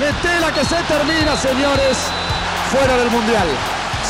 Metela que se termina, señores. Fuera del mundial.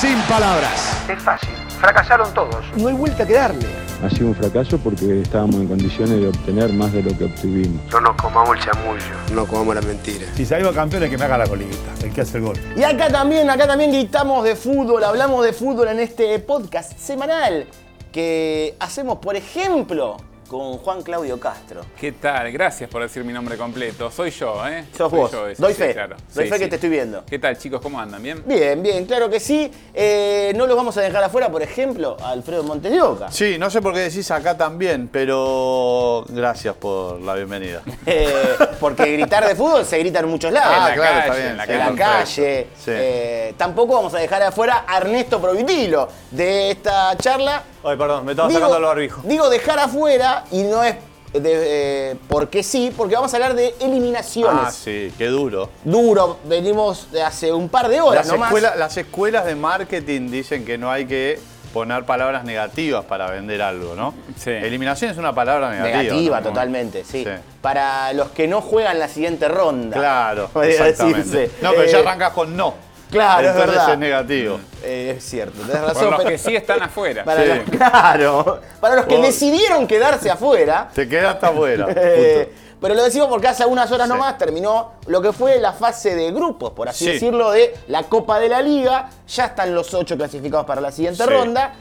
Sin palabras. Es fácil. Fracasaron todos. No hay vuelta que darle. Ha sido un fracaso porque estábamos en condiciones de obtener más de lo que obtuvimos. No nos comamos el chamullo. No comamos la mentira. Si salgo campeón, es que me haga la coliguita, el que hace el gol. Y acá también, acá también gritamos de fútbol, hablamos de fútbol en este podcast semanal que hacemos, por ejemplo, con Juan Claudio Castro. ¿Qué tal? Gracias por decir mi nombre completo. Soy yo, ¿eh? Sos Soy vos. yo, eso, Doy sí, fe. claro. Doy Sí, fe que sí. te estoy viendo. ¿Qué tal, chicos? ¿Cómo andan? ¿Bien? Bien, bien, claro que sí. Eh, no los vamos a dejar afuera, por ejemplo, a Alfredo Montes de Oca. Sí, no sé por qué decís acá también, pero gracias por la bienvenida. Eh, porque gritar de fútbol se grita en muchos lados. Ah, en la claro, está calle, bien, en la sí. en la calle. calle. Sí. Eh, tampoco vamos a dejar afuera a Ernesto Provitilo de esta charla. Ay, perdón, me estaba sacando el barbijo. digo dejar afuera y no es de- eh, porque sí, porque vamos a hablar de eliminaciones. Ah, sí, qué duro. Duro, venimos de hace un par de horas Las, nomás. escuela- las escuelas de marketing dicen que no hay que poner palabras negativas para vender algo, ¿no? Sí. Eliminación es una palabra negativa. Negativa, ¿no? totalmente, sí. Sí. Para los que no juegan la siguiente ronda. Claro, podría exactamente. decirse. No, pero ya Eh, arrancas con no. claro, es Entonces verdad. es negativo. eh, es cierto, tenés Por razón. los pero- que sí están afuera. para Sí. los- claro, para los que Por- decidieron quedarse afuera. Te quedas hasta afuera. Eh, pero lo decimos porque hace unas horas Sí. nomás terminó lo que fue la fase de grupos, por así Sí. decirlo, de la Copa de la Liga. Ya están los ocho clasificados para la siguiente Sí. ronda.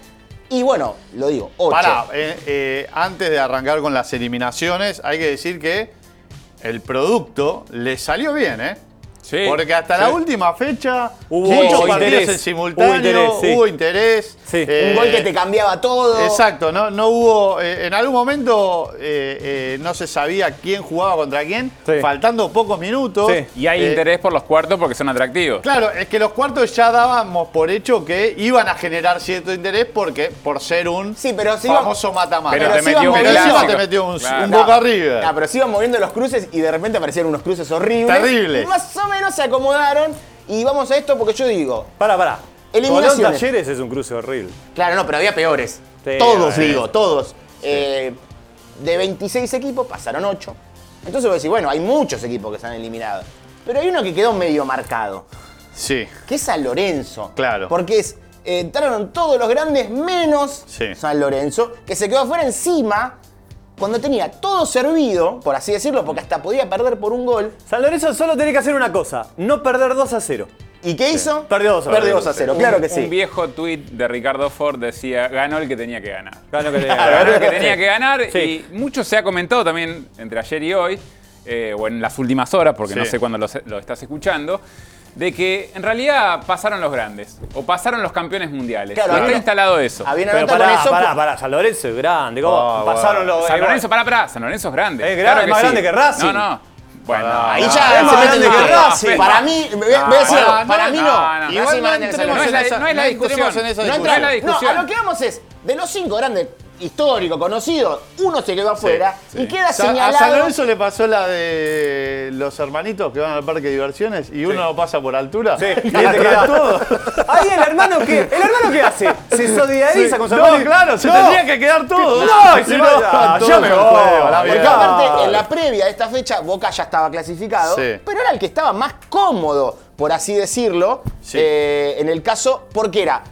Y bueno, lo digo, ocho. Pará, eh, eh, antes de arrancar con las eliminaciones, hay que decir que el producto le salió bien, ¿eh? Sí, Porque hasta sí. la última fecha Hubo muchos interés, partidos en hubo simultáneo, hubo interés. interés, sí. Sí. Un gol que te cambiaba todo. eh, Exacto, no, no hubo. eh, en algún momento eh, eh, no se sabía quién jugaba contra quién, Sí. faltando pocos minutos. Sí, Y hay Eh, interés por los cuartos porque son atractivos. Claro, es que los cuartos ya dábamos por hecho que iban a generar cierto interés porque por ser un Sí, pero si famoso mata-mata. Pero te sí metió un vamos- Pero encima clásico. te metió un, Claro. un No, boca arriba. no, pero se iban moviendo los cruces y de repente aparecieron unos cruces horribles. Terrible. Más o menos se acomodaron. Y vamos a esto porque yo digo, Pará, pará. Eliminaciones. Colón Talleres es un cruce horrible. Claro, no, pero había peores. Sí, todos, sí. digo, todos. Eh, de 26 equipos pasaron 8. Entonces vos decís, bueno, hay muchos equipos que se han eliminado. Pero hay uno que quedó medio marcado, Sí, que es San Lorenzo. Claro. Porque es, eh, entraron todos los grandes menos Sí. San Lorenzo, que se quedó afuera encima cuando tenía todo servido, por así decirlo, porque hasta podía perder por un gol. San Lorenzo solo tiene que hacer una cosa, no perder 2 a 0. ¿Y qué hizo? Perdió dos a Perdió cero. 2 a 0, claro que sí. Un viejo tuit de Ricardo Ford decía, ganó el que tenía que ganar. Ganó que tenía que Ganó el ganar. que tenía que ganar Ah, Sí. y mucho se ha comentado también entre ayer y hoy, eh, o en las últimas horas, porque no Sí. sé cuándo lo, lo estás escuchando, de que en realidad pasaron los grandes, o pasaron los campeones mundiales. Claro, Y había está una- instalado eso. Había una Pero nota con pará, eso. pará, pará, San Lorenzo es grande. ¿cómo? Ah, Pasaron los. San eh, bueno. Lorenzo, pará, pará, San Lorenzo es grande. Es grande, más grande que Racing. No, no. Bueno, Ahí no, ya es se más meten grande en que problemas. Racing. Para mí, voy a voy a decir, no, algo, para no, mí no, no. no. Igual no Igual no entremos entremos en esa- esa- no es la no entremos discusión. en esa no discusión. entramos. No es la discusión. No, a lo que vamos es, de los cinco grandes históricos, conocidos, uno se quedó afuera y queda Sa- A San señalado. Lorenzo le pasó la de los hermanitos que van al parque de diversiones y uno no pasa por altura. Sí, Y ahí te queda todo. Ahí el hermano qué, el hermano qué hace? Se solidariza con San No, Lorenzo. claro, se No. tendría que quedar todo. No, y se no, va- ah, todo yo se me fue, voy, a la Porque mierda. aparte, en la previa de esta fecha, Boca ya estaba clasificado, Ah. Sí. pero era el que estaba más cómodo, por así decirlo, Sí. eh, en el caso, porque era.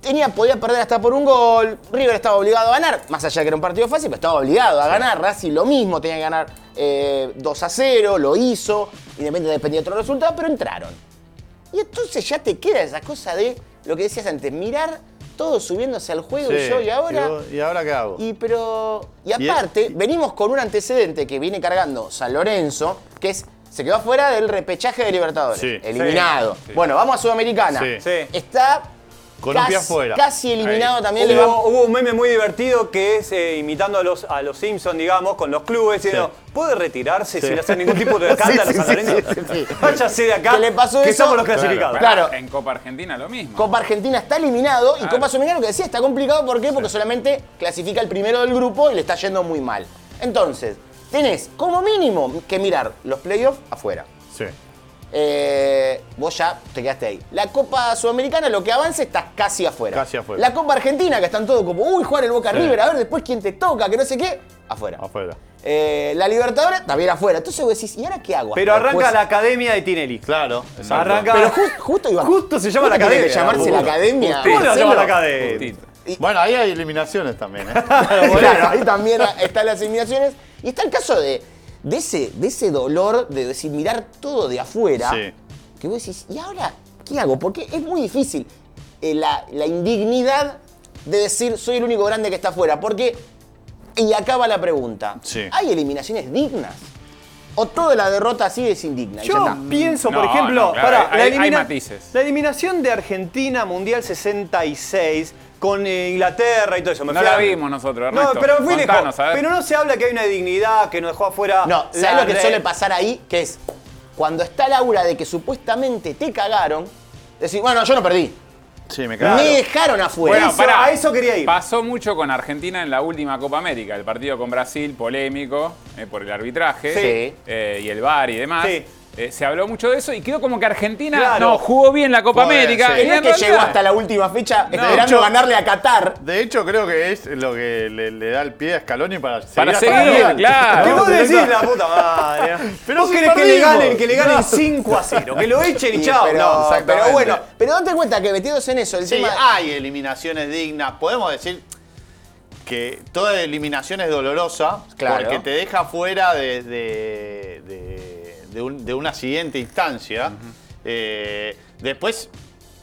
Tenía, podía perder hasta por un gol, River estaba obligado a ganar, más allá de que era un partido fácil, pero estaba obligado a ganar, Racing lo mismo, tenía que ganar eh, 2 a 0, lo hizo, independientemente dependía de otro resultado, pero entraron. Y entonces ya te queda esa cosa de lo que decías antes, mirar todo subiéndose al juego Sí, y yo y ahora. ¿Y, vos- y ahora qué hago? Y pero. Y Y- aparte, venimos con un antecedente que viene cargando San Lorenzo, que es. Se quedó fuera del repechaje de Libertadores. Sí. eliminado. Bueno, vamos a Sudamericana. Sí. Sí. Está. Con un pie casi- afuera. Casi eliminado Ahí. también. le Hubo, vamos- hubo un meme muy divertido que es eh, imitando a los, a los Simpsons, digamos, con los clubes, diciendo, ¿puede retirarse sin hacer ningún tipo de descanso a los sí, San sí, Lorenzo? sí, sí, sí. Váyase de acá, ¿Qué le pasó que eso? somos los Claro, clasificados. Claro. En Copa Argentina lo mismo. Copa Argentina está eliminado y Claro. Copa Sudamericana, lo que decía, está complicado. ¿Por qué? Porque solamente clasifica el primero del grupo y le está yendo muy mal. Entonces, tenés como mínimo que mirar los playoffs afuera. Sí. eh, vos ya te quedaste ahí. La Copa Sudamericana, lo que avance, estás casi afuera. Casi afuera. La Copa Argentina, que están todos como, uy, jugar el Boca Sí. River, a ver después quién te toca, que no sé qué, afuera. Afuera. Eh, la Libertadores, también afuera. Entonces vos decís, ¿y ahora qué hago? Pero Después- arranca la academia de Tinelli. Claro. exacto. Arranca. Pues- Pero ju- justo iba. Justo se llama la tiene que academia, llamarse la boludo. academia. ¿Cómo le va a llamar la Marcelo? academia? Justito. Bueno, ahí hay eliminaciones también. ¿eh? claro, ahí también están las eliminaciones. Y está el caso de, de, ese, de ese dolor de decir, mirar todo de afuera. Sí. Que vos decís, ¿y ahora qué hago? Porque es muy difícil eh, la, la indignidad de decir, soy el único grande que está afuera. Porque, y acaba la pregunta, Sí. ¿hay eliminaciones dignas? ¿O toda la derrota así es indigna? y ya Yo está? pienso, por No, ejemplo, no, claro, pará, hay- la, hay- hay elimina- matices. la eliminación de Argentina Mundial 66 con eh, Inglaterra y todo eso. Me No fui la a- vimos nosotros, No, Ernesto. pero me fui lejos. Contanos, a ver. Pero no se habla que hay una dignidad que nos dejó afuera. No, la ¿sabes lo que re- suele pasar ahí? Que es cuando está la aura de que supuestamente te cagaron, decir, bueno, yo no perdí. Sí, me cago. Me dejaron afuera. Bueno, Eso, pará. a eso quería ir. Pasó mucho con Argentina en la última Copa América, el partido con Brasil, polémico, eh, por el arbitraje Sí. eh, y el VAR y demás. Sí. Eh, se habló mucho de eso y quedó como que Argentina Claro. no jugó bien la Copa Joder, América. sí. y Creo en que realidad- llegó hasta la última fecha esperando hecho- ganarle a Qatar. De hecho, creo que es lo que le, le da el pie a Scaloni para, Para hasta el seguir, final. claro. ¿Qué ¿No? vos decís, Directo- la puta madre? Pero ¿Vos si querés que le perdimos. ganen, que le ganen No. 5 a 0? Que lo echen y Sí, chao. pero, No, exactamente. pero bueno, pero date cuenta que metidos en eso, el Sí, tema. hay eliminaciones dignas. Podemos decir que toda eliminación es dolorosa Claro. porque te deja fuera de, de- de- de un- de una siguiente instancia. Eh, después,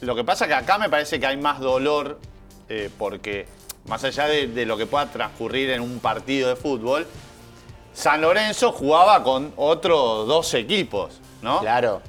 lo que pasa es que acá me parece que hay más dolor eh, porque más allá de, de lo que pueda transcurrir en un partido de fútbol, San Lorenzo jugaba con otros dos equipos, ¿no? Claro.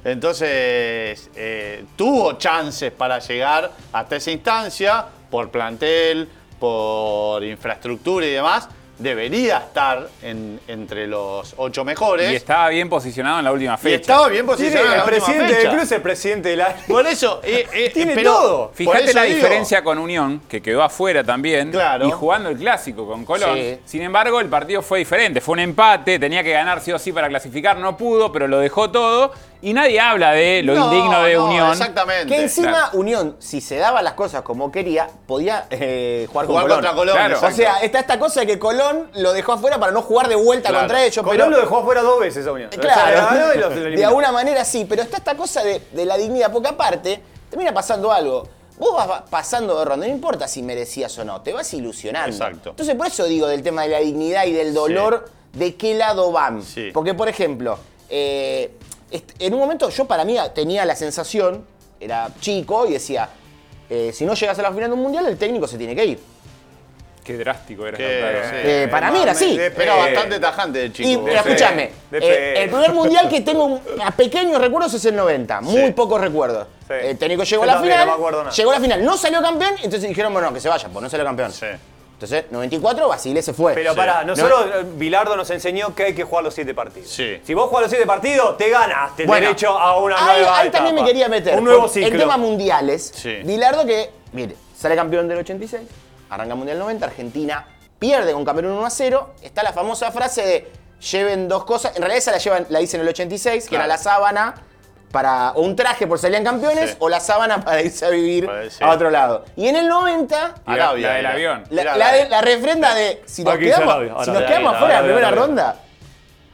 Entonces, eh, tuvo chances para llegar hasta esa instancia por plantel, por infraestructura y demás. Debería estar en- entre los ocho mejores. Y estaba bien posicionado en la última Y fecha. estaba bien Tiene- posicionado. en el la última presidente del fecha. club es el presidente de la. Por eso. eh, eh, Tiene pero todo. por Fíjate eso la digo, diferencia con Unión, que quedó afuera también, Claro. y jugando el clásico con Colón. Sí. Sin embargo, el partido fue diferente. Fue un empate, tenía que ganar sí o sí para clasificar, no pudo, pero lo dejó todo. Y nadie habla de lo No, indigno de no, Unión. Exactamente. que encima claro. Unión, si se daban las cosas como quería, podía eh, jugar, con Jugar Colón. contra Colón. Claro. O exacto. sea, está esta cosa de que Colón lo dejó afuera para no jugar de vuelta Claro. contra ellos. Colón pero lo dejó afuera dos veces a Unión. O sea, ganó y Eh, Claro, los de eliminó. alguna manera sí, pero está esta cosa de, de la dignidad, porque aparte termina pasando algo. Vos vas va- pasando de ronda, no importa si merecías o no, te vas ilusionando. Exacto. Entonces por eso digo del tema de la dignidad y del dolor, de qué lado van. Sí. Porque por ejemplo, eh, est- en un momento yo para mí tenía la sensación, era chico y decía, eh, si no llegas a la final de un mundial, el técnico se tiene que ir. Qué drástico era. Que- Lautaro, sí, ¿eh? Eh, para mí era así. Era bastante tajante el chico. Y pero escúchame, Depende. eh, el primer mundial que tengo un- a pequeños recuerdos es el 90, muy pocos recuerdos. Sí. El técnico llegó Yo a la también, final, no me acuerdo nada. llegó a la final, no salió campeón, entonces dijeron, bueno, que se vaya, pues no salió campeón. Sí. Entonces, 94, Basile se fue. Pero Sí. pará, No- nosotros, eh, Bilardo nos enseñó que hay que jugar los siete partidos. Sí. Si vos jugás los siete partidos, te ganaste el Bueno, derecho a una ahí, nueva ahí también etapa. me quería meter. Un nuevo porque ciclo. El tema mundiales, Sí. Bilardo que, mire, sale campeón del 86, arranca Mundial 90, Argentina pierde con Camerún 1 a 0, está la famosa frase de lleven dos cosas, en realidad esa la, llevan, la hice en el 86, que era Claro. la sábana para o un traje por salían campeones Sí. o la sábana para irse a vivir Para irse. a otro lado. Y en el 90 Y la- Arabia la del era. avión. la, la Era de- Arabia. la refrenda de si nos Aquí dice quedamos, Arabia, si Arabia, nos quedamos fuera Arabia, de la Arabia, primera Arabia. ronda,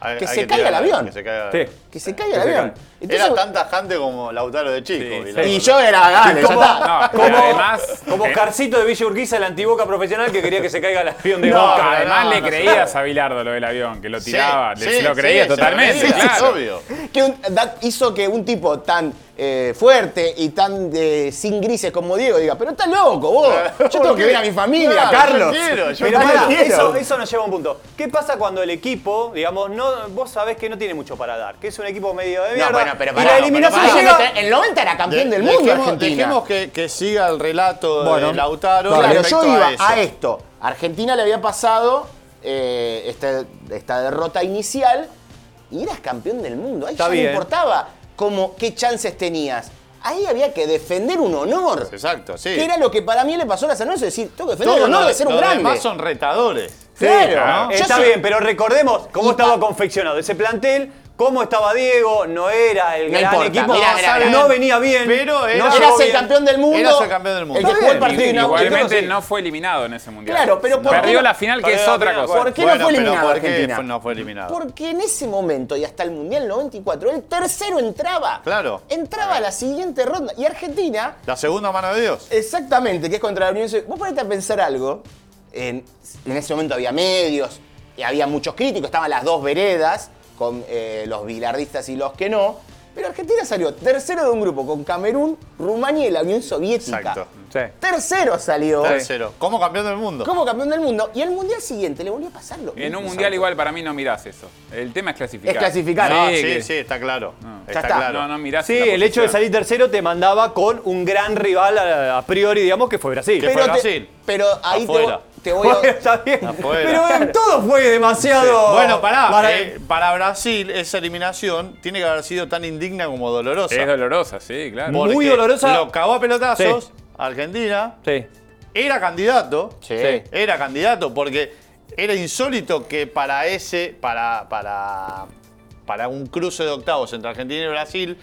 Hay- que hay se caiga el tirar, avión. que se caiga- Sí. que se caiga el Que se avión. caiga. Entonces- Era tan tajante como Lautaro de chico. Sí, y sí. la- y yo era gane, ya está. No, pero Como, además, como eh, Oscarcito de Villa Urquiza, el antiboca profesional que quería que se caiga el avión de No, Boca. pero además no, le no se creías puede. a Bilardo lo del avión, que lo Sí, tiraba. le- sí, se lo sí, creías se lo totalmente, creía, es claro. obvio. que un- da- hizo que un tipo tan eh, fuerte y tan eh, sin grises como Diego diga, pero está loco vos. Yo tengo que ver a mi familia, Claro, Carlos. Yo quiero, yo Pero quiero. pará, quiero. eso, eso nos lleva a un punto. ¿Qué pasa cuando el equipo, digamos, no, vos sabés que no tiene mucho para dar? Que es un equipo medio de mierda. y la eliminación pará, llega... porque El 90 era campeón De- del mundo dejemos, Argentina. dejemos que, que siga el relato de Lautaro. Claro, respecto yo iba a, eso. a, esto. Argentina le había pasado eh, esta, esta derrota inicial y eras campeón del mundo. Ahí Está ya bien. no importaba como qué chances tenías. Ahí había que defender un honor. Exacto, sí. Que era lo que para mí le pasó a la San Lorenzo, decir, tengo que defender Todo el honor lo- de ser un lo grande. demás son retadores. Claro. ¿no? Yo Eh, Está Ah. soy- bien, pero recordemos Y cómo estaba pa- confeccionado ese plantel, cómo estaba Diego, no era el No gran importa, equipo, mirá, mirá, mirá. no venía bien. Pero era- no Eras llegó Eras el bien. campeón del mundo. Eras el campeón del mundo. El que jugó el partido Está bien, inaugural. Igualmente no fue eliminado en ese mundial. Claro, pero ¿por Perdió qué no- la final, que es otra cosa. ¿Por qué no fue pero eliminado ¿por qué Argentina? fue- no fue eliminado? Porque en ese momento y hasta el Mundial 94, el tercero entraba. Claro. Entraba a la siguiente ronda. Y Argentina, La segunda mano de Dios. exactamente, que es contra la Unión Soviética. Vos ponete a pensar algo. En, en ese momento había medios, y había muchos críticos, estaban las dos veredas, con eh, los bilardistas y los que no. Pero Argentina salió tercero de un grupo con Camerún, Rumania y la Unión Soviética. Exacto. Sí. Tercero salió. Tercero. Como campeón del mundo. Como campeón del mundo. Y al mundial siguiente le volvió a pasar lo En mismo. un mundial igual para mí no mirás eso. El tema es clasificar. Es clasificar. Ah, Sí, sí, que- Ah. sí, está claro. Ya Está, está. claro. No, no mirás Sí, la el hecho de posición. salir tercero te mandaba con un gran rival a, a priori, digamos, que fue Brasil. Que Pero, fue te- Brasil. pero ahí te, Afuera. vo- te voy a... Está bien. Afuera. Pero en todo fue demasiado. Bueno, pará. para- eh, para Brasil, esa eliminación tiene que haber sido tan indigna como dolorosa. Es dolorosa, sí, claro. Muy Porque dolorosa. Lo cagó a pelotazos. Sí. Argentina. Sí. Era candidato. Sí. Era candidato porque era insólito que para ese, para, para, para un cruce de octavos entre Argentina y Brasil,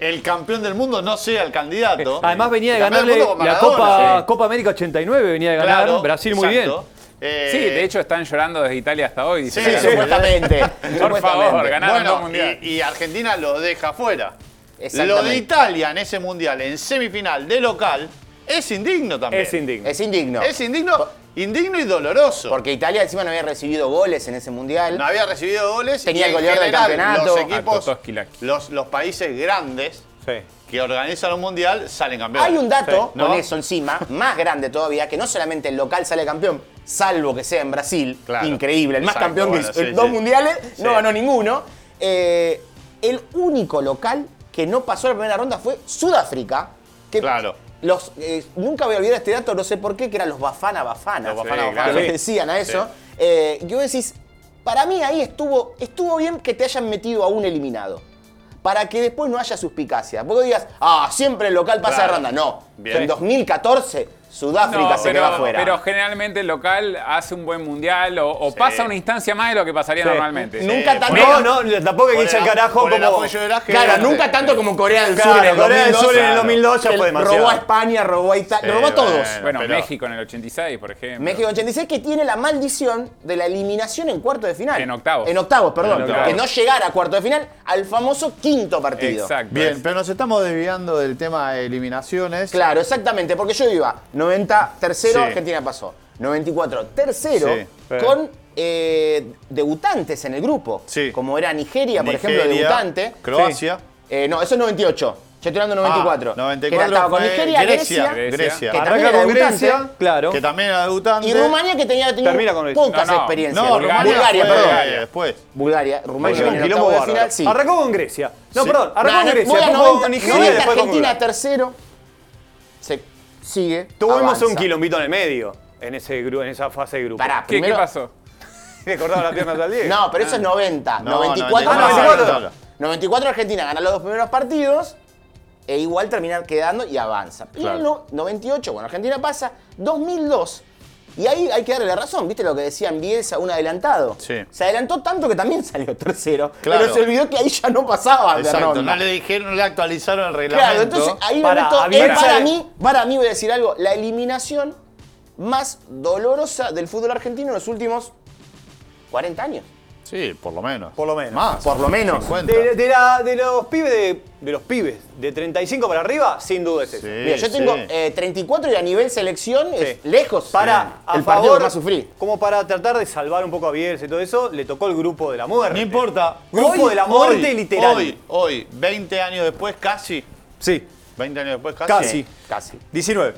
el campeón del mundo no sea el candidato. Además venía de El campeón del ganarle mundo con la Maradona, Copa, sí. Copa América 89, venía de ganar Claro, Brasil muy exacto. bien. Eh, Sí, de hecho están llorando desde Italia hasta hoy. Sí, dicen. sí. Supuestamente. Por favor, ganaron dos Bueno, mundiales. y, y Argentina lo deja fuera. Lo Exactamente. de Italia en ese mundial, en semifinal de local, es indigno también. Es indigno. Es indigno. Es indigno, indigno y doloroso. Porque Italia encima no había recibido goles en ese mundial. No había recibido goles. Tenía el y en goleador del general, campeonato. Los A equipos, Totosky Laki. los, los países grandes Sí. que organizan un mundial salen campeones. Hay un dato Sí, ¿no? con eso encima, más grande todavía, que no solamente el local sale campeón, salvo que sea en Brasil, Claro. increíble, el más Exacto, campeón bueno, que hizo sí, dos sí. mundiales, no Sí. ganó ninguno. Eh, el único local que no pasó la primera ronda fue Sudáfrica. Que Claro. Los, eh, nunca voy a olvidar este dato, no sé por qué, que eran los Bafana Bafana. Los Bafana Bafana. que Sí. decían a eso. Eh, y vos decís, para mí ahí estuvo, estuvo bien que te hayan metido a un eliminado. Para que después no haya suspicacia. Porque digas, ah, siempre el local pasa de Claro. ronda. No. Bien. En 2014, Sudáfrica No, se pero, quedó afuera. pero generalmente el local hace un buen mundial o, o Sí. pasa una instancia más de lo que pasaría Sí. normalmente. nunca Sí, tanto. No, no, tampoco hay que Por irse al el- carajo por el como. apoyo de la gente. Claro, nunca tanto como Corea del Claro, Sur en el Corea del 2002. Sur en el 2002 ya Que fue demasiado. Robó a España, robó a Italia, Sí, robó a todos. bueno. Bueno, pero- México en el 86, por ejemplo. México 86 que tiene la maldición de la eliminación en cuarto de final. En octavos. En octavos, perdón. En octavos. Que no llegara a cuarto de final al famoso quinto partido. Exacto. Bien, pero nos estamos desviando del tema de eliminaciones. Claro, exactamente, porque yo iba 90 tercero, Sí. Argentina pasó. 94 tercero, Sí, pero- con eh, debutantes en el grupo. Sí. Como era Nigeria, por ejemplo, Nigeria, debutante. Croacia. Eh, no, eso es 98. Yo estoy hablando de 94. Ah, Que 94 estaba con fue Nigeria, Grecia, Grecia, Grecia. Que también Arranca era con debutante. Grecia, claro. que también era debutante. y Rumania que tenía, tenía Termina con Grecia. pocas No, no. experiencias. No, Bulgaria. Rumania, Bulgaria, fue perdón. después. Bulgaria, Rumania Bulgaria. en el Quilombo octavo de bárbaro. final, sí. Arrancó con Grecia. No, Sí. perdón, arrancó con Nah, Grecia. voy a después jugó 90, con Nigeria, 90, después con Argentina Bulgaria. tercero. Se sigue. Tuvimos avanza. un quilombito en el medio en, ese gru- en esa fase de grupo. Pará, ¿Qué, qué primero- pasó? Le cortaron las piernas al Diego. No, pero eso es 90. Ah. No, 94, no, no, no, Brasil. no, no. 94 Argentina gana los dos primeros partidos e igual terminar quedando y avanza. Y Claro. en no- 98, bueno, Argentina pasa, 2002. Y ahí hay que darle la razón, ¿viste lo que decían Bielsa, un adelantado? Sí. Se adelantó tanto que también salió tercero. Claro. Pero se olvidó que ahí ya no pasaba de Exacto, ronda. no le dijeron, no le actualizaron el reglamento. Claro, entonces ahí Para, Bebeto, había eh, que para saber- mí, para mí voy a decir algo, la eliminación más dolorosa del fútbol argentino en los últimos 40 años. Sí, por lo menos. Por lo menos. Más. Por lo menos. 50. De, de la- de los pibes de, de los pibes de 35 para arriba, sin duda es eso. Sí, Mira, yo sí. tengo eh, 34 y a nivel selección es Sí. lejos eh, Para el partido a favor, que más sufrí. como para tratar de salvar un poco a Bielsa y todo eso, le tocó el grupo de la muerte. No importa. Grupo Hoy, de la muerte hoy, literal. Hoy, hoy, 20 años después, casi. Sí, 20 años después, casi. casi. Casi. 19.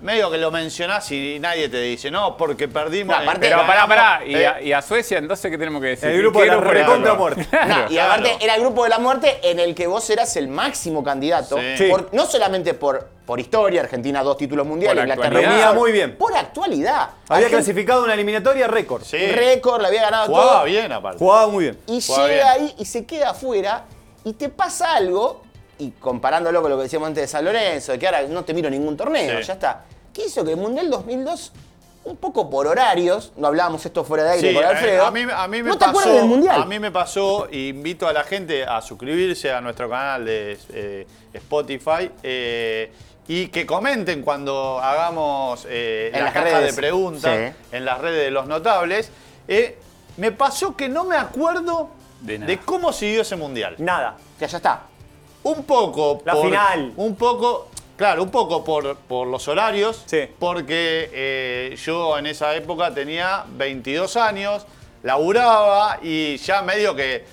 Medio que lo mencionás y nadie te dice, no, porque perdimos. No, aparte- pero Pero pará, pará. ¿Y, Eh, a, y a Suecia entonces qué tenemos que decir? El grupo ¿Qué de la era? recontra muerte. Nah, y claro. aparte era el grupo de la muerte en el que vos eras el máximo candidato. Sí. por- no solamente por, por historia, Argentina dos títulos mundiales, Por Inglaterra actualidad. un Venía solo, muy bien. Por actualidad. Había Argen- clasificado una eliminatoria récord. sí. récord, la había ganado Jugaba todo. bien, aparte. Jugaba muy bien. Y Juega llega bien. ahí y se queda afuera y te pasa algo, y comparándolo con lo que decíamos antes de San Lorenzo, de que ahora no te miro ningún torneo, Sí. ya está. ¿Qué hizo que el Mundial 2002 un poco por horarios, no hablábamos esto fuera de aire Sí, eh, con Alfredo. a, a mí, a mí me ¿No te pasó, acuerdas del Mundial? A mí me pasó, y invito a la gente a suscribirse a nuestro canal de eh, Spotify eh, y que comenten cuando hagamos eh, En la las caja redes. de preguntas Sí. en las redes de los notables. Eh, me pasó que no me acuerdo De de, nada. cómo siguió ese mundial. Nada. Ya, ya está. Un poco La final. Un poco. Claro, un poco por, por los horarios. Sí. Porque eh, yo en esa época tenía 22 años, laburaba y ya medio que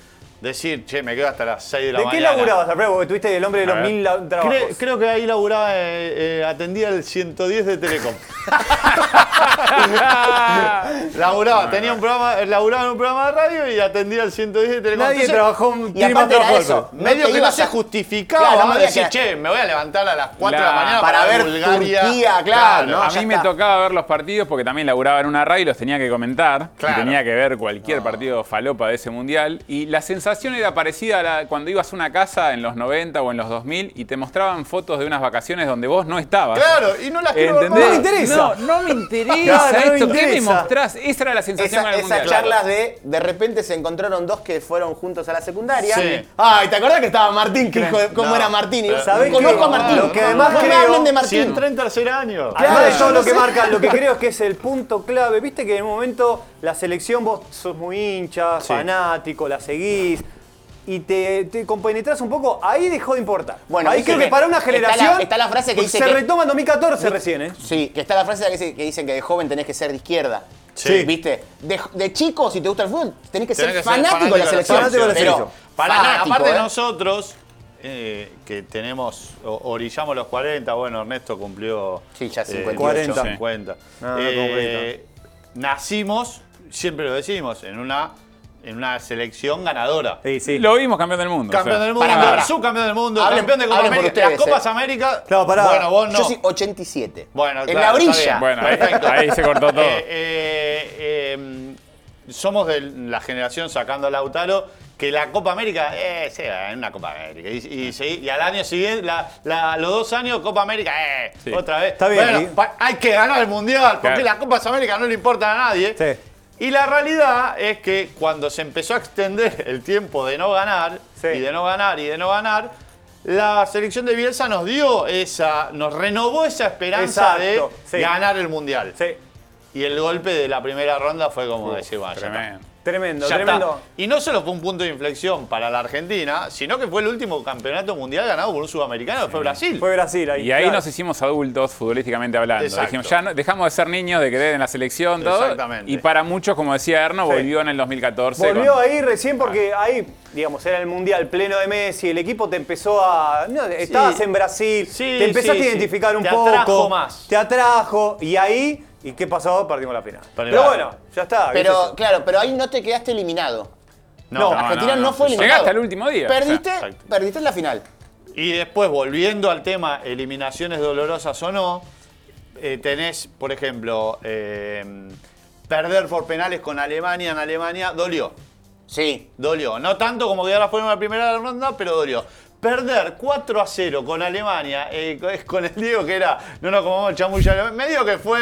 decir, che, me quedo hasta las 6 de la ¿De qué mañana. laburabas, Alfredo? Porque tuviste el hombre de los A ver. mil la- trabajos. Cre- creo que ahí laburaba, eh, eh, atendía el 110 de Telecom. laburaba, tenía un programa, eh, laburaba en un programa de radio y atendía el 110 de Telecom. Nadie Entonces, trabajó un Y aparte era eso. no Medio te que no ibas se a- justificaba Claro, no me digas decir, que era- che, me voy a levantar a las 4 de la Claro, mañana para para, ver Bulgaria. Turquía, claro, ¿no? a ya mí me está. tocaba ver los partidos porque también laburaba en una radio y los tenía que comentar. Y Claro. tenía que ver cualquier partido falopa de ese mundial. Y la sensación era parecida a la, cuando ibas a una casa en los 90 o en los 2000 y te mostraban fotos de unas vacaciones donde vos no estabas. Claro, y no las quiero ver ¿Entendés? No me más. interesa. No, no me interesa Claro, no me esto. ¿Qué me interesa. mostrás? Esa era la sensación Esa- del esas mundial. charlas de de repente se encontraron dos que fueron juntos a la secundaria. Sí. Ay, ¿te acordás que estaba Martín? Que hijo de- ¿Cómo No, era Martín? Y vos, ¿sabés Conozco qué? a Martín. Lo que además no me creo- hablen de Si Martín. entré en tercer año. Además Ah, de Claro, todo no lo que sé. marca, lo que creo es que es el punto clave. Viste que en un momento la selección vos sos muy hincha, fanático, la seguís y te, te compenetrás un poco. Ahí dejó de importar. Bueno, ahí viste creo que que para una está la- generación. está la frase que porque dice Se que- retoma en 2014 recién, ¿eh? Sí, que está la frase que dice- que dicen que de joven tenés que ser de izquierda. Sí. ¿Viste? De, de chico, si te gusta el fútbol, tenés que Tenés ser que ser fanático de la selección. Fanático de la Pero selección. Para nada, fanático, aparte ¿eh? nosotros, eh, que tenemos, o- orillamos los 40, bueno, Ernesto cumplió Sí, ya eh, 58. 40. 50. Ah, Eh, nacimos, siempre lo decimos, en una, en una selección ganadora. Sí, sí. Lo vimos campeón del mundo. Campeón o sea. del mundo, Pará, pará. subcampeón del mundo, Hablen- campeón de Copa hablen por América. ustedes, Las Copas eh. América. Claro, pará. Bueno, vos no. Yo soy 87. Bueno, en claro, la está orilla. bien. Bueno, ahí- ahí se cortó todo. Eh, eh, eh, somos de la generación sacando a Lautaro que la Copa América eh, se va en una Copa América. Y, y se- y al año siguiente, la- la- los dos años, Copa América, eh, Sí. otra vez. Está bien, Bueno, y- pa- hay que ganar el Mundial, porque Claro. las Copas América no le importan a nadie. Sí. Y la realidad es que cuando se empezó a extender el tiempo de no ganar, Sí. y de no ganar, y de no ganar, la selección de Bielsa nos dio esa, nos renovó esa esperanza Exacto, de sí. ganar el Mundial. Sí. Y el golpe de la primera ronda fue como decir, bueno, ya Tremendo. Tremendo, está. Ya tremendo. está. Y no solo fue un punto de inflexión para la Argentina, sino que fue el último campeonato mundial ganado por un sudamericano, que fue Brasil. Fue Brasil ahí. Y ahí claro. nos hicimos adultos futbolísticamente hablando. Exacto. Dijimos, ya no- dejamos de ser niños, de creer en la selección, todo. Exactamente. Y para muchos, como decía Erno, Sí. volvió en el 2014. Volvió con- ahí recién porque ahí, digamos, era el mundial pleno de Messi, el equipo te empezó a. no, estabas en Brasil, Sí, te empezaste sí, a sí. identificar un Te poco. atrajo más. Te atrajo. Y ahí, ¿y qué pasó? Perdimos la final. Pero, claro. bueno, ya está. qué sé Pero, yo. claro, pero ahí no te quedaste eliminado. No, Argentina no, fue eliminado. Llegaste al último día. Perdiste, O sea, perdiste en la final. Y después, volviendo al tema eliminaciones dolorosas o no, eh, tenés, por ejemplo, eh, perder por penales con Alemania en Alemania, dolió. Sí. Dolió. No tanto como quedar afuera en la primera ronda, pero dolió. Perder 4 a 0 con Alemania, eh, con- con el Diego que era, no nos comamos el chamuyo, alemán, medio que fue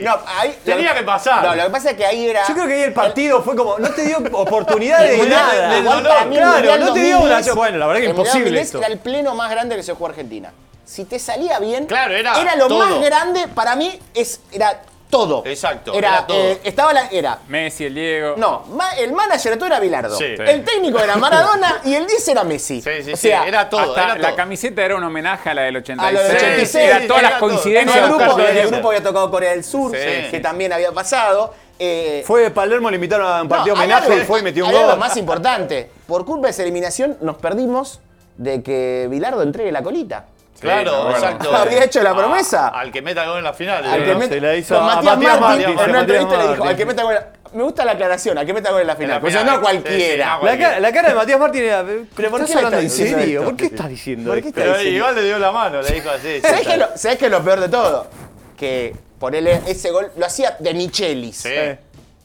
y. No, ahí, lo tenía que pasar. No, lo que pasa es que ahí era. Yo creo que ahí el partido fue como. No te dio oportunidad de Igual nada. para- igual para mí el claro, Mundial no te dio 2010, una. Bueno, la verdad que el Mundial imposible 2010 esto. Era el pleno más grande que se jugó Argentina. Si te salía bien, Claro, era lo todo. más grande para mí, es, era todo. Exacto, Era, era todo. eh, estaba la, era Messi, el Diego. No, ma- el manager de todo era Bilardo. Sí. El técnico era Maradona y el 10 era Messi. Sí, sí, o sí, sea, era todo, Hasta era la todo. camiseta era un homenaje a la del 86. A la del 86, Era todas era las todo. En coincidencias. el, Era buscar grupo, Oscar en el Pérez. grupo había tocado Corea del Sur, Sí. que también había pasado. Eh, Fue de Palermo, le invitaron a un partido no, hay homenaje algo- y fue y metió un hay algo gol. más importante. Por culpa de esa eliminación, nos perdimos de que Bilardo entregue la colita. Claro, Sí, me acuerdo. exacto. Había hecho la A- promesa. al que meta gol en la final. Al eh, que ¿no? met- se la hizo con a Matías Matías Martín, Martín, a en una Matías entrevista le dijo, Martín. al que meta gol- Me gusta la aclaración, al que meta gol en la final. la Pues final, no sí, cualquiera. sí, no, La cara, la cara de Matías Martín era. ¿Pero por por qué qué me hablando en estás diciendo serio? esto? ¿Por qué estás diciendo ¿Por qué esto? estás Pero diciendo igual le dio la mano, le dijo así. ¿Sabés qué, lo, sabés qué es lo peor de todo? Que por ese gol lo hacía de Michelis. Sí.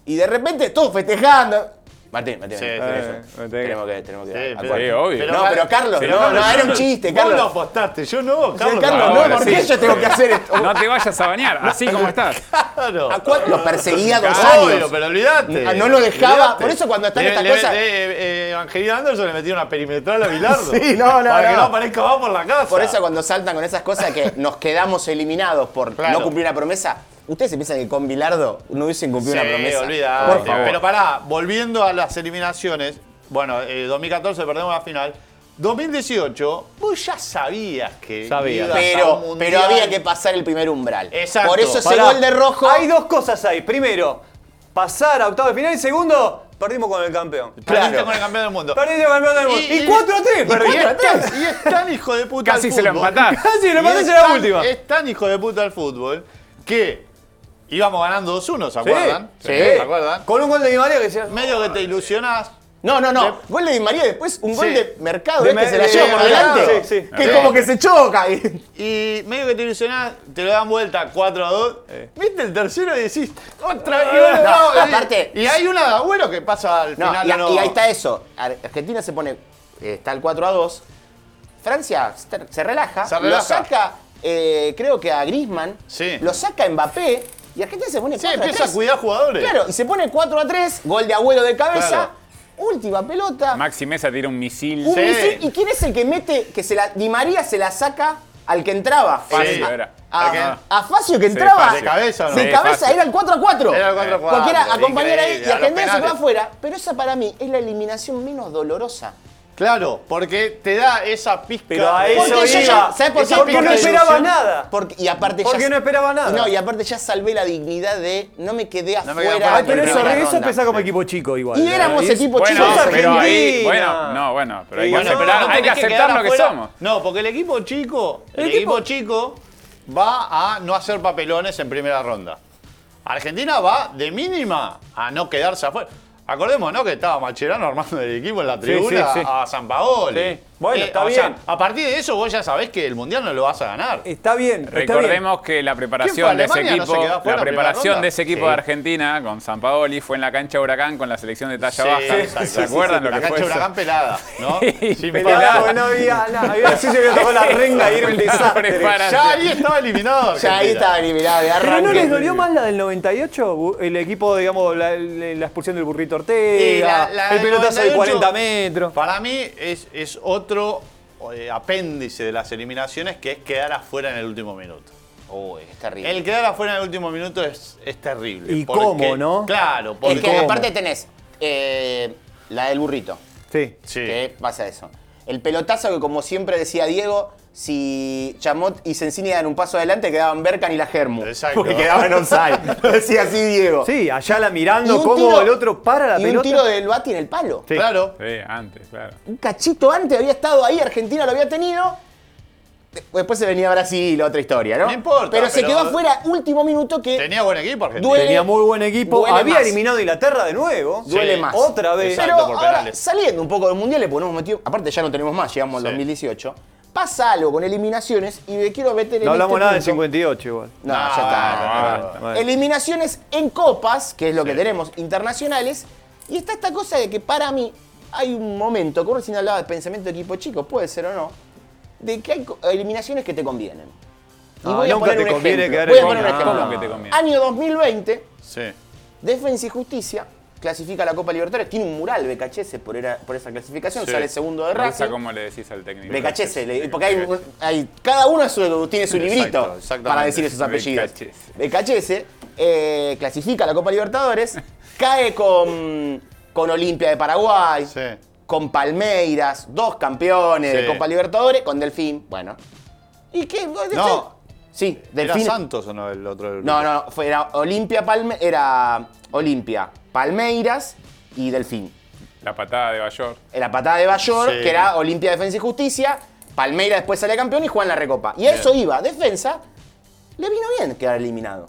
Y de repente todos festejando. Martín, Martín, Sí, vení, sí, vení, sí. vení. Martín. tenemos que, tenemos que Sí, dar pero- acuerdo. Sí, obvio. No, pero Carlos, Sí, no, no, era un chiste, Vos lo Carlos. apostaste, yo no, Sí, Carlos. Carlos, ahora no, ¿por sí. qué yo tengo que hacer esto? No te vayas a bañar, así como estás. Claro. ¿A cuánto? Lo perseguía dos Obvio, años. pero olvídate. Ah, no lo dejaba. Por eso cuando están Le- estas le- cosas- le- eh, eh, Angelina Anderson le metió una perimetral a Bilardo. Sí, no, no, Para que no. no aparezca más por la casa. Por eso cuando saltan con esas cosas que nos quedamos eliminados por Claro. no cumplir una promesa, ¿ustedes se piensan que con Bilardo no hubiesen cumplido Sí, una promesa? olvidate. Por favor. Pero pará, volviendo a las eliminaciones. Bueno, eh, 2014 perdemos la final. 2018, vos ya sabías que Sabía. ibas a un Pero, mundial. pero había que pasar el primer umbral. Exacto. Por eso ese Pará. gol de rojo. Hay dos cosas ahí. Primero, pasar a octavo de final. Y segundo, perdimos con el campeón. Perdiste Claro. con el campeón del mundo. Perdimos con el campeón del mundo. Y, 4 a 3, Y perdimos. es tan- y es tan hijo de puta Casi al se lo fútbol. empatás. Casi lo Y empatás es en Ah, la tan- ¿eh? última. Es tan hijo de puta al fútbol que íbamos ganando 2-1, ¿se acuerdan? Sí. ¿Se acuerdan? Con un gol de Di María que decía. Medio que te ilusionás. No, no, no. De- Gol de Di María, después un gol Sí. de mercado. De ¿ves? que se me- la de- lleva por de- delante. sí, sí. Que Sí. como que se choca. Y medio que te ilusionás, te lo dan vuelta 4 a 2. Viste el tercero y decís, otra Ah, vez. y bueno, No, no, y- aparte- Y hay una de Agüero que pasa al No, final. y, o no. y ahí está eso. Ar- Argentina se pone. eh, Está el 4 a 2. Francia se ter- se relaja. Se relaja. Lo saca, eh, creo que a Grisman. Sí. Lo saca Mbappé. Y Argentina se pone Sí, 4 empieza a tres. cuidar jugadores. Claro, y se pone 4 a 3. Gol de abuelo de cabeza. Claro. Última pelota. Maxi Mesa tira un misil. un Sí. misil. ¿Y quién es el que mete? Que se la, Di María se la saca al que entraba. Facio a, era. A, ¿Al que- ah. a Facio que Sí, entraba. Facio. De cabeza, ¿no? De Sí, cabeza, Facio. era el 4 a 4. Era el 4 a 4, Cualquiera increíble, acompañar ahí y a los Argentina se va penales. afuera. Pero esa para mí es la eliminación menos dolorosa. Claro, porque te da esa pizca. Pero a de- eso Porque yo iba. ya- ¿sabes por qué? Porque no Porque esperaba ilusión- nada. Porque, y aparte Porque ya, no esperaba nada. No, y aparte ya salvé la dignidad de no me quedé afuera. No me quedé afuera. Ay, pero en eso, primera eso ronda. pesa como equipo chico igual. ¿eh? Y éramos equipo chico. Bueno, Sos pero ahí, Argentina. bueno, no, bueno, pero hay que Bueno, Bueno, aceptar, pero no hay que tenés aceptar quedar lo que afuera. somos. No, porque el equipo chico, el, equipo... equipo- chico va a no hacer papelones en primera ronda. Argentina va de mínima a no quedarse afuera. Acordémonos que estaba Macherano armando el equipo en la tribuna sí, sí. a San Paolo. Sí. Bueno, está o bien. sea, a partir de eso vos ya sabés que el Mundial no lo vas a ganar. Está bien. está bien. Recordemos que la ¿Quién fue? preparación de ese Alemania no equipo, se quedó la afuera en primera preparación de ese ronda. equipo de Argentina con San Paoli fue en la cancha Huracán con la selección de talla Sí, baja. exacto. ¿Se acuerdan lo la que cancha fue? eso? huracán pelada, ¿no? Sin Pelada, pelada. porque no había nada. Había sí se había tocado la renga y era un Fue la desastre. preparación. Ya ahí estaba eliminado. Ya ahí Argentina. estaba eliminado de arranque. Pero no les dolió más la del 98, Bu- el equipo, digamos, la, la- la expulsión del burrito Y la- Ortega, la el del pelotazo de 98, 40 metros. Para mí es, es otro eh, apéndice de las eliminaciones que es quedar afuera en el último minuto. Uy, es terrible. El quedar afuera en el último minuto es, es terrible. ¿Y porque- cómo, no? Claro, Es porque. que aparte tenés eh, la del burrito. Sí. Sí. ¿Qué pasa eso? El pelotazo que, como siempre decía Diego, si Chamot y Sensini dan un paso adelante, quedaban Berkan y la Germu. Exacto. Porque quedaban onside. Lo decía así Diego. Sí, allá la Y un mirando cómo tiro- el otro para la y pelota. un tiro del Bati en el palo. Claro. Sí, antes, claro. Un cachito antes había estado ahí, Argentina lo había tenido. De- Después se venía Brasil, otra historia, ¿no? No importa, Pero se pero- quedó afuera último minuto que Tenía buen equipo Argentina. Duele- Tenía muy buen equipo. Duele Había más. eliminado a Inglaterra de nuevo. duele Sí, más. Otra vez. Exacto, Pero por ahora, penales. saliendo un poco del mundial, le ponemos metido. Aparte, ya no tenemos más, llegamos al Sí. 2018. Pasa algo con eliminaciones y me quiero meter en No hablamos este nada del punto. 58 igual. No, No, ya está. no, ya está. no, no, no. Eliminaciones en copas, que es lo que tenemos internacionales. Y está esta cosa de que para mí hay un momento, como recién hablaba de pensamiento de equipo chico, puede ser o no, de que hay co- eliminaciones que te convienen. Y Ah, voy a nunca poner te un conviene ejemplo. quedar Voy a poner un eliminado. ejemplo. No, que te conviene. Año 2020, Sí. Defensa y Justicia clasifica a la Copa Libertadores. Tiene un mural Becachese por, era- por esa clasificación. Sí. Sale segundo de Me gusta Racing. cómo le decís al técnico. Becachese. le- porque hay, hay- cada uno su- tiene su Exacto, librito exactamente. para decir esos apellidos. Becachese. Becachese eh, clasifica a la Copa Libertadores. cae con, con Olimpia de Paraguay. Sí. Con Palmeiras. Dos campeones de Sí. Copa Libertadores. Con Delfín. Bueno. ¿Y qué? No. Sí, ¿Era Delfín. Santos o no el otro del No, grupo? no, fue- era Olimpia, Palme, era Olimpia, Palmeiras y Delfín. La patada de Bayor. Era patada de Bayor, Sí. que era Olimpia Defensa y Justicia, Palmeiras después salía campeón y juegan la Recopa. Y a eso iba, defensa, le vino bien quedar eliminado.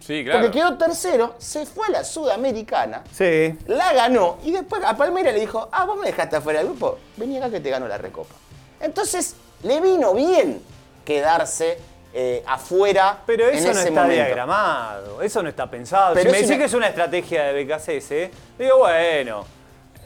Sí, claro. Porque quedó tercero, se fue a la Sudamericana, Sí. la ganó y después a Palmeiras le dijo, ah, vos me dejaste afuera del grupo, vení acá que te gano la Recopa. Entonces, le vino bien quedarse eh, afuera Pero en eso no ese está momento. diagramado, eso no está pensado. Pero si me es decís una- que es una estrategia de BKCS, digo, eh, bueno,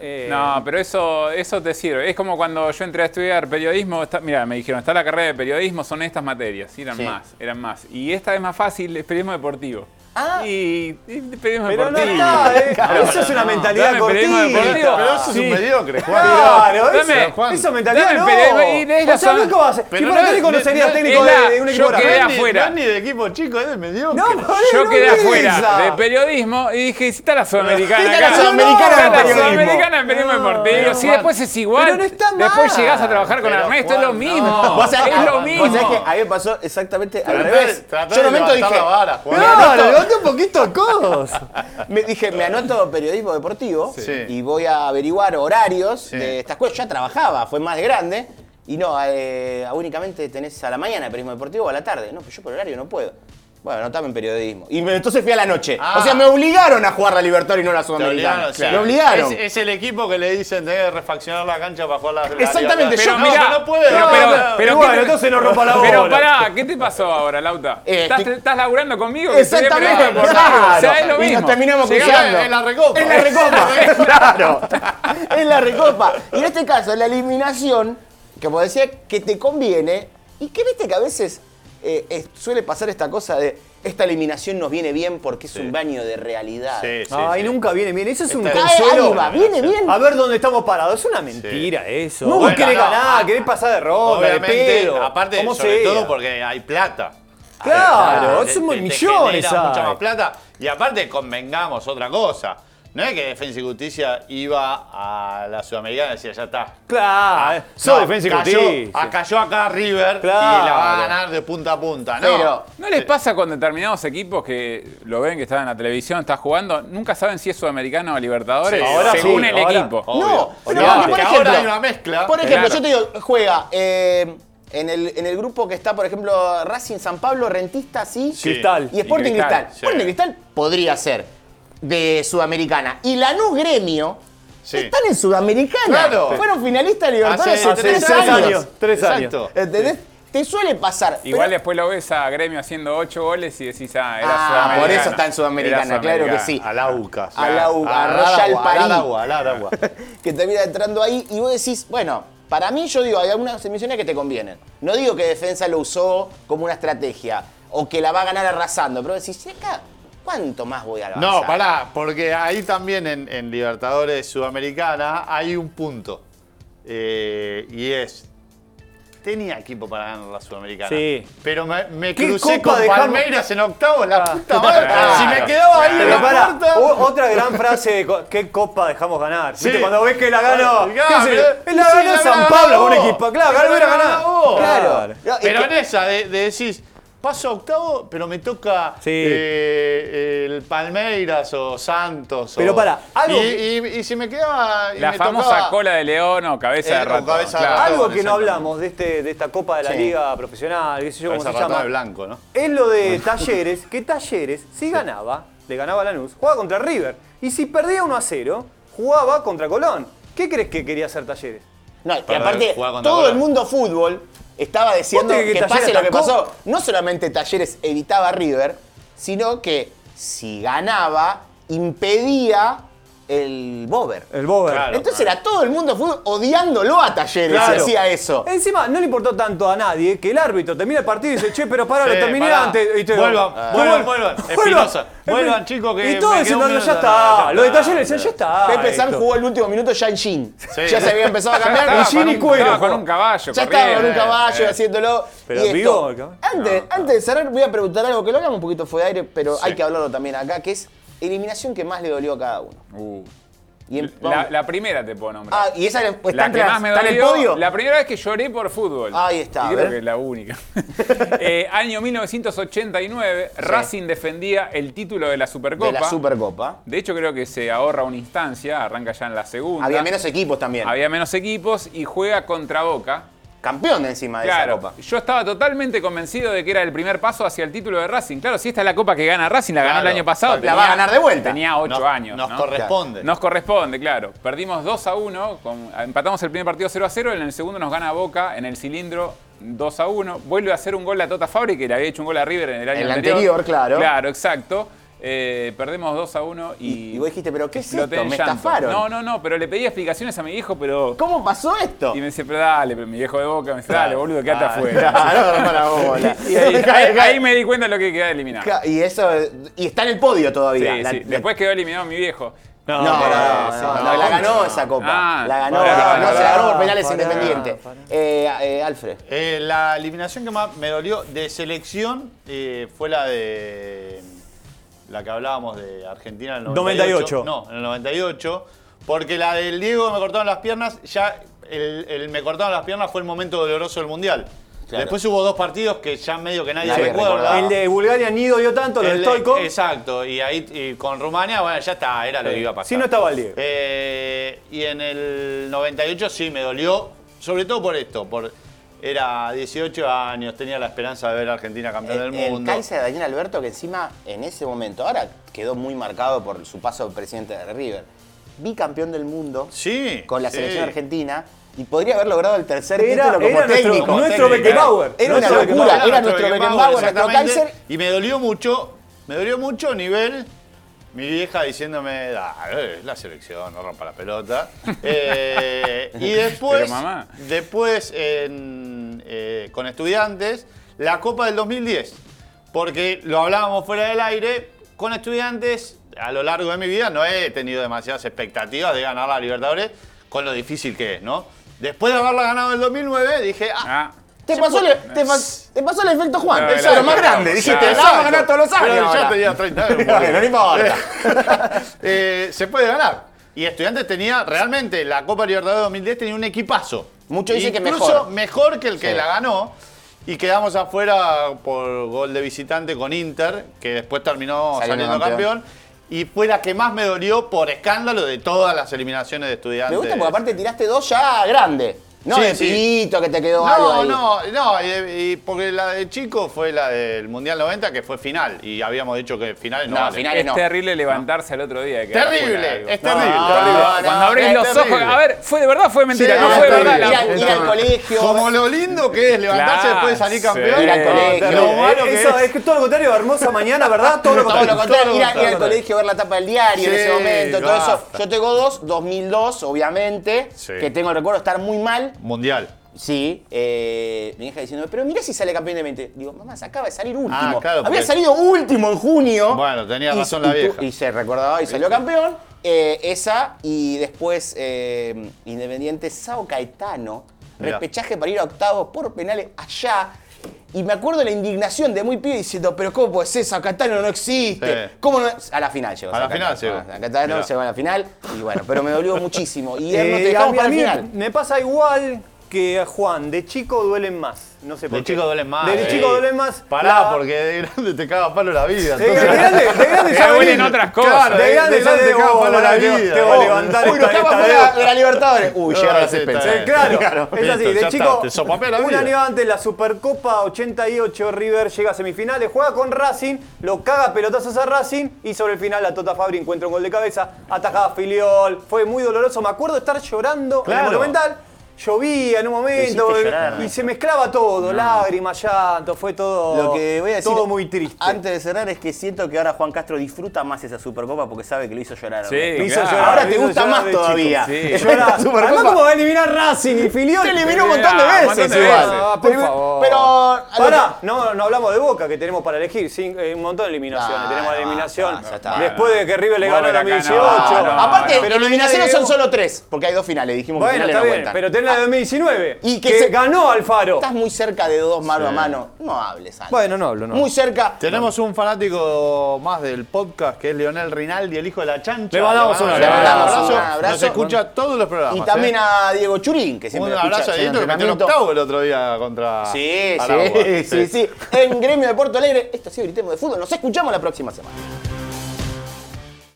Eh, No, pero eso, eso te sirve. Es como cuando yo entré a estudiar periodismo. Está, mira, me dijeron, está la carrera de periodismo, son estas materias. Y eran Sí. más, eran más. Y esta es más fácil, es periodismo deportivo. Ah. Y, y periodismo Pero no deportivo. está, eh. Claro. Eso es una No, mentalidad dame periodismo deportivo. cortita. Pero eso es Sí. un mediocre, Juan. Claro, Pero, eso, dame, Juan, Juan, eso mentalidad dame no. periodismo y es la o sea, zona- nunca vas a Pero tipo, no el técnico es- no sería no- técnico es la- de, de un yo equipo grande. quedé No es ni- afuera. No es ni de equipo chico, es de mediocre. No, por ahí Yo no quedé es afuera esa. de periodismo y dije, si está la sudamericana Está acá. la Sudamericana Está en la periodismo. sudamericana en periodismo deportivo. Si Juan, después es igual, pero no está después mal. llegás a trabajar con Pero, Ernesto, es lo Juan, mismo. Vos sabés- Es lo vos sabés que mismo. a mí me pasó exactamente al Traté- revés. traté Yo en de un momento levantar dije, la vara, Juan. "Me Claro, anoto- levanta un poquito a codos. Me dije, me anoto periodismo deportivo Sí. y voy a averiguar horarios Sí. de estas cosas. Yo ya trabajaba, fue más de grande. Y no, eh, únicamente tenés a la mañana periodismo deportivo o a la tarde. No, pero yo por horario no puedo. Bueno, anotame en periodismo. Y me- entonces fui a la noche. Ah. O sea, me obligaron a jugar la Libertadores y no la Te Sudamericana. obligaron, sí. Me obligaron. Es, es el equipo que le dicen tenés que refaccionar la cancha para jugar la la Exactamente, Libertadores". yo- Pero no, mirá, no puede. pero- no, pero- no. pero Y ¿qué bueno, te- entonces no rompa la bola. Pero pará, ¿qué te pasó ahora, Lauta? Eh, ¿Estás, estoy- estás laburando conmigo? que estudié Exactamente, periodismo? claro. O sea, es lo Y mismo. eh, nos terminamos Llegás- cruzando. en la recopa. En la recopa, claro. En la recopa. Y en este caso, la eliminación, como decía, que te conviene. Y que viste que a veces eh, es- suele pasar esta cosa de esta eliminación nos viene bien porque es un baño de realidad. Sí, sí, Ay, sí. nunca viene bien. Eso es un Está Ay, bien. consuelo. ahí va, viene bien. A ver dónde estamos parados. Es una mentira eso. No, vos Bueno, querés no, ah, ganar, querés pasar de ronda, de Obviamente, pedo. aparte, ¿Cómo sobre sea. todo porque hay plata. Claro, Te- son te- te millones. genera mucha hay. más plata. Y aparte, convengamos otra cosa. No es que Defensa y Justicia iba a la Sudamericana y decía, ya está. Claro, Ah, No, Ah, soy defensa y cayó, justicia. ah, cayó acá River Claro. y la va a ganar de punta a punta. No, Pero- ¿No les pasa con determinados equipos que lo ven que están en la televisión, están jugando, nunca saben si es sudamericano o libertadores Sí, ahora según sí, el ahora. equipo? Obvio. No, pero Obvio. porque, por Que ejemplo, ahora hay una mezcla. Por ejemplo, Claro. yo te digo, juega eh, en, el, en el grupo que está, por ejemplo, Racing San Pablo, Rentista, sí. Cristal. Y Sporting Y Cristal. Cristal, sí. Sporting Cristal podría ser de Sudamericana. Y Lanús Gremio Sí. están en Sudamericana. Claro. Fueron finalistas de Libertadores hace, hace tres, tres años. años. Tres años. Exacto. ¿Entendés? Te suele pasar. Igual pero- después lo ves a Gremio haciendo 8 goles y decís, ah, era Ah, sudamericana. por eso está en Era Sudamericana, claro que sudamericana. sí. A la UCA. A la UCA, a Royal Aragua, París. A Aragua, a Aragua. que termina entrando ahí y vos decís, bueno, para mí yo digo, hay algunas emisiones que te convienen. No digo que Defensa lo usó como una estrategia o que la va a ganar arrasando, pero decís, "Sí, acá, ¿cuánto más voy a avanzar? No, pará, porque ahí también en, en Libertadores Sudamericana hay un punto. Eh, y es. Tenía equipo para ganar la Sudamericana. Sí. Pero me, me ¿Qué crucé copa con dejamos? Palmeiras en octavo, la Ah. puta madre. Claro. Si me quedaba ahí en Pero la pará, puerta. o- otra gran frase de co- qué copa dejamos ganar. Sí. ¿Viste? Cuando ves que la ganó. Claro, ¿qué sé yo? pero- la sí, ganó la San ganó Pablo, un vos. equipo. Claro, La ganó hubiera ganó ganado. vos. Claro. No, es Pero que- en esa, de, de decís, paso octavo, pero me toca Sí. eh, el Palmeiras o Santos. Pero o- pará, algo Y, que- y- y si me quedaba. y La me famosa tocaba- cola de león o cabeza Eh, de o ratón. cabeza de claro. ratón. Algo que no exactamente. hablamos de, este, de esta copa de la Sí. liga profesional, qué sé yo cómo se Cabeza de ratón llama. de blanco, ¿no? Es lo de Talleres, que Talleres, si ganaba, le ganaba a Lanús, jugaba contra River. Y si perdía 1 a 0, jugaba contra Colón. ¿Qué crees que quería hacer Talleres? No, y Para aparte, jugar contra todo Boca. el mundo fútbol estaba diciendo ¿Vos te que, crees que pase Talleres lo que atacó? pasó. No solamente Talleres evitaba a River, sino que si ganaba, impedía el Bober. El Bober. Claro. Entonces era todo el mundo fútbol odiándolo a Talleres Claro. si hacía eso. Encima, no le importó tanto a nadie que el árbitro termina el partido y dice, che, pero pará, lo Sí, terminé pará. antes. Y te- Vuelvan, Ah. vuelvan, vuelvan. Espinosa. Vuelvan, chicos, que Y todos me dicen, quedó un no, no, ya minuto". No, ya está. está. Los de Talleres decían, ya está. Pepe San esto. jugó el último minuto ya en jean. Sí. Ya se había empezado a cambiar. Estaba en con jean y un- cuero. estaba con un caballo Ya estaba con un corriendo, caballo eh. haciéndolo. Pero Y esto- vivo el caballo. Antes, antes de cerrar, voy a preguntar algo que lo hagamos un poquito fue de aire, pero hay que hablarlo también acá, que es eliminación que más le dolió a cada uno. Uh. Y en- La, la primera te puedo nombrar. Ah, y esa le- pues, está, la que atrás, más me está en el dolió, podio. La primera vez que lloré por fútbol. Ahí está, Y a creo ver. que es la única. Eh, año 1989, Racing defendía el título de la Supercopa. de la Supercopa. De hecho, creo que se ahorra una instancia, arranca ya en la segunda. Había menos equipos también. Había menos equipos y juega contra Boca. Campeón encima de Claro, esa copa. yo estaba totalmente convencido de que era el primer paso hacia el título de Racing. Claro, si esta es la copa que gana Racing, la ganó Claro, el año pasado. la va a ganar de vuelta. Tenía ocho Nos- años. Nos ¿no? corresponde. Nos corresponde, claro. Perdimos 2 a 1, con- empatamos el primer partido 0 a 0, en el segundo nos gana Boca, en el cilindro 2 a 1. Vuelve a hacer un gol a Tota Fabri, que le había hecho un gol a River en el año El anterior. anterior, claro. Claro, exacto. eh, perdemos 2 a 1 y. Y vos dijiste, ¿pero qué es exploté esto? en Me llanto. estafaron. No, no, no, pero le pedí explicaciones a mi viejo, pero. ¿Cómo pasó esto? Y me dice, pero dale, pero mi viejo de boca me dice, dale, boludo, quédate Ah, afuera. Ah, no, rompa la bola. Y ahí, Cae, ahí- cae. ahí me di cuenta de lo que quedaba eliminado. Ca- Y eso. Y está en el podio Sí, todavía. La- sí. la- Después quedó eliminado mi viejo. No, no, no, no, sí, no, no, la ganó no. esa copa. Ah, la ganó, pará, no, pará, no, se pará, la ganó por penales pará, independiente. pará. Eh, eh, Alfred. Eh, la eliminación que más me dolió de selección eh, fue la de. mm, La que hablábamos de Argentina en el 98. 98. No, en el 98. Porque la del Diego me cortaron las piernas, ya el, el me cortaron las piernas fue el momento doloroso del Mundial. Claro. Después hubo dos partidos que ya medio que nadie, Nadie recordaba. recuerda. Ah. El de Bulgaria ni dolió tanto, lo de El- Stoico. Exacto, y ahí y con Rumania, bueno, ya está, era lo que iba a pasar. Si no estaba el Diego. Eh, y en el 98 sí me dolió, sobre todo por esto, por era 18 años, tenía la esperanza de ver a Argentina campeón Eh, El, del el mundo. Kaiser de Daniel Alberto, que encima en ese momento, ahora quedó muy marcado por su paso de presidente de River, bicampeón del mundo Sí. con la sí. selección argentina y podría haber logrado el tercer Era, título como era técnico. nuestro, como nuestro técnico, Beckenbauer. Era una Nuestro locura. Beckenbauer. era nuestro Beckenbauer, nuestro exactamente, Kaiser. Y me dolió mucho, me dolió mucho a nivel. Mi vieja diciéndome, dale, es la selección, no rompa la pelota. Eh, y después, Pero, mamá. después en, eh, con estudiantes, la Copa del 2010. Porque lo hablábamos fuera del aire, con estudiantes, a lo largo de mi vida no he tenido demasiadas expectativas de ganar la Libertadores, con lo difícil que es, ¿no? Después de haberla ganado en el 2009, dije, ah, Ah, Te pasó, el, te, fa- te pasó el efecto Juan. No, Eso era era más lo que grande. hablamos, Dijiste, claro. "La vamos a ganar todos los años. Pero ahora". ya tenía 30 años. Bueno, no importa. Eh, se puede ganar. Y Estudiantes tenía realmente la Copa Libertadores 2010 tenía un equipazo. Muchos dicen que Incluso mejor. mejor que el que Sí. la ganó. Y quedamos afuera por gol de visitante con Inter, que después terminó Saliendo saliendo, campeón. campeón. Y fue la que más me dolió por escándalo de todas las eliminaciones de estudiantes. Me gusta porque aparte tiraste dos ya grande. No Sí, de sí. pibito que te quedó algo No, ahí. no, no, y- y porque la de chico fue la del Mundial 90, que fue final. Y habíamos dicho que finales no, No, valen. finales es no. terrible levantarse al otro día. que era Terrible, algo. es terrible. No, terrible. no, Cuando abrís es los ojos, terrible. a ver, fue de verdad, o fue mentira, Sí, no es fue terrible. verdad. la- ir, al- ir al colegio. Como lo lindo que es Ah, levantarse Claro, después de salir sí. campeón. Ir al colegio. Lo bueno que Eh, Eso es. es que todo lo contrario, hermosa mañana, ¿verdad? Todo lo Todo contrario. lo contrario, ir, a- todo ir al lo colegio, ver la tapa del diario en Sí, ese momento, todo eso. basta. Yo tengo dos, 2002, obviamente, Sí. que tengo el recuerdo de estar muy mal. Mundial. Sí, eh, mi hija diciendo, pero mira si sale campeón de 20. Digo, mamá, se acaba de salir último. Ah, claro, Había porque- salido último en junio. Bueno, tenía Y- razón y la tú- vieja. Y se recordaba y salió campeón. Eh, esa y después eh, Independiente Sao Caetano. Mirá. Repechaje para ir a octavos por penales allá. Y me acuerdo la indignación de muy pibe diciendo, pero ¿cómo puede ser? Sao Caetano no existe. Sí. ¿Cómo no? es?". A la final llegó. A la Sao Caetano. final llegó. Ah, Sao Caetano Mirá. llegó a la final. Y bueno, pero me dolió muchísimo. Y Eh, él no te a dejamos mí- para a la mí final. Me pasa igual que a Juan. De chico duelen más. No sé por De qué. chico duelen más. De eh. chico duelen más. Pará, La- porque de grande te caga palo la vida. De, de entonces- grande, de grande ya Eh, duelen venís. otras cosas. Claro, de de- grande de ya "Oh, grande te te cago para palo la la vida. vida. Te voy a Oh, levantar Uy, no esta- estamos esta fuera vez. de la Libertadores. Uy, No, llegaron las sí, está expensas. bien. Sí, claro, es eh, Listo, así. ya De está, chico, te sopapea la un vida. año antes, la Supercopa 88, River llega a semifinales, juega con Racing, lo caga a pelotazos a Racing y sobre el final la Tota Fabri encuentra un gol de cabeza, atajada a Filiol, fue muy doloroso. Me acuerdo estar llorando en Claro. el Monumental. Llovía en un momento Lo hiciste llorar, y Ernesto. se mezclaba todo, lágrimas, llanto, fue todo, Lo que voy a decir todo muy triste. Antes de cerrar es que siento que ahora Juan Castro disfruta más esa Supercopa porque sabe que lo hizo llorar. a Sí, Ernesto. Me hizo claro. llorar, Ahora me te hizo gusta llorar más de todavía. Sí. Esta Llorá. Además, Supercopa como va a eliminar Racing y Filiol. se eliminó un Sí, montón de un veces. montón de igual. veces. Ah, por favor. Pero. a lo Pará, que- no, no hablamos de Boca, que tenemos para elegir. cin- eh, un montón de eliminaciones. Ah, tenemos la no, eliminación. no, ya está. después de que River le No, ganó en pero acá no, 2018. no, no, Aparte, Ah, Pero la eliminaciones de son Boca- solo tres, porque hay dos finales. Dijimos que Bueno, finales está no bien, cuentan. pero tenés la de 2019. Y Y que que, se- ganó Alfaro. Estás muy cerca de dos mano a mano. No hables, Aldo. Bueno, no hablo, no. Muy cerca. Tenemos un fanático más del podcast que es Leonel Rinaldi, el hijo de la chancha. Le mandamos un abrazo. Le mandamos un Nos abrazo. escucha todos los programas. Y también ¿eh? a Diego Churín, que siempre lo Un escucha abrazo a en el Dieguito que metió el entrenamiento. octavo el otro día contra Sí, Aragua. sí, sí, sí. En Gremio de Puerto Alegre, esto ha sido Gritemos de Fútbol. Nos escuchamos la próxima semana.